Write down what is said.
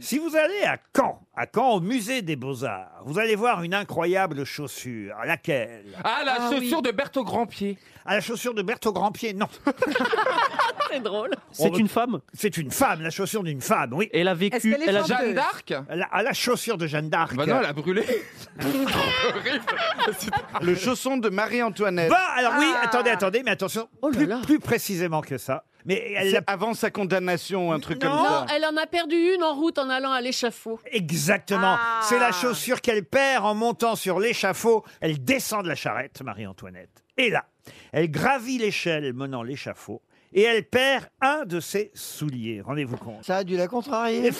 Si vous allez à Caen, à Caen, au musée des Beaux-Arts, vous allez voir une incroyable chaussure. Laquelle Ah, la Ah, chaussure oui. de Berthaud Grandpied. Ah, la chaussure de Berthaud Grandpied, non. C'est drôle. C'est une femme C'est une femme, la chaussure d'une femme, oui. Et elle a vécu- Est-ce qu'elle est elle a- chanteuse Jeanne d'Arc la, ah, la chaussure de Jeanne d'Arc. Bah non, elle a brûlé. Le chausson de Marie-Antoinette. Bah, alors oui, attendez, attendez, mais attention, plus, plus précisément que ça. Mais elle avant sa condamnation, un truc Non, elle en a perdu une en route en allant à l'échafaud. Exactement. Ah. C'est la chaussure qu'elle perd en montant sur l'échafaud. Elle descend de la charrette, Marie-Antoinette. Et là, elle gravit l'échelle menant l'échafaud. Et elle perd un de ses souliers. Rendez-vous compte. Ça a dû la contrarier.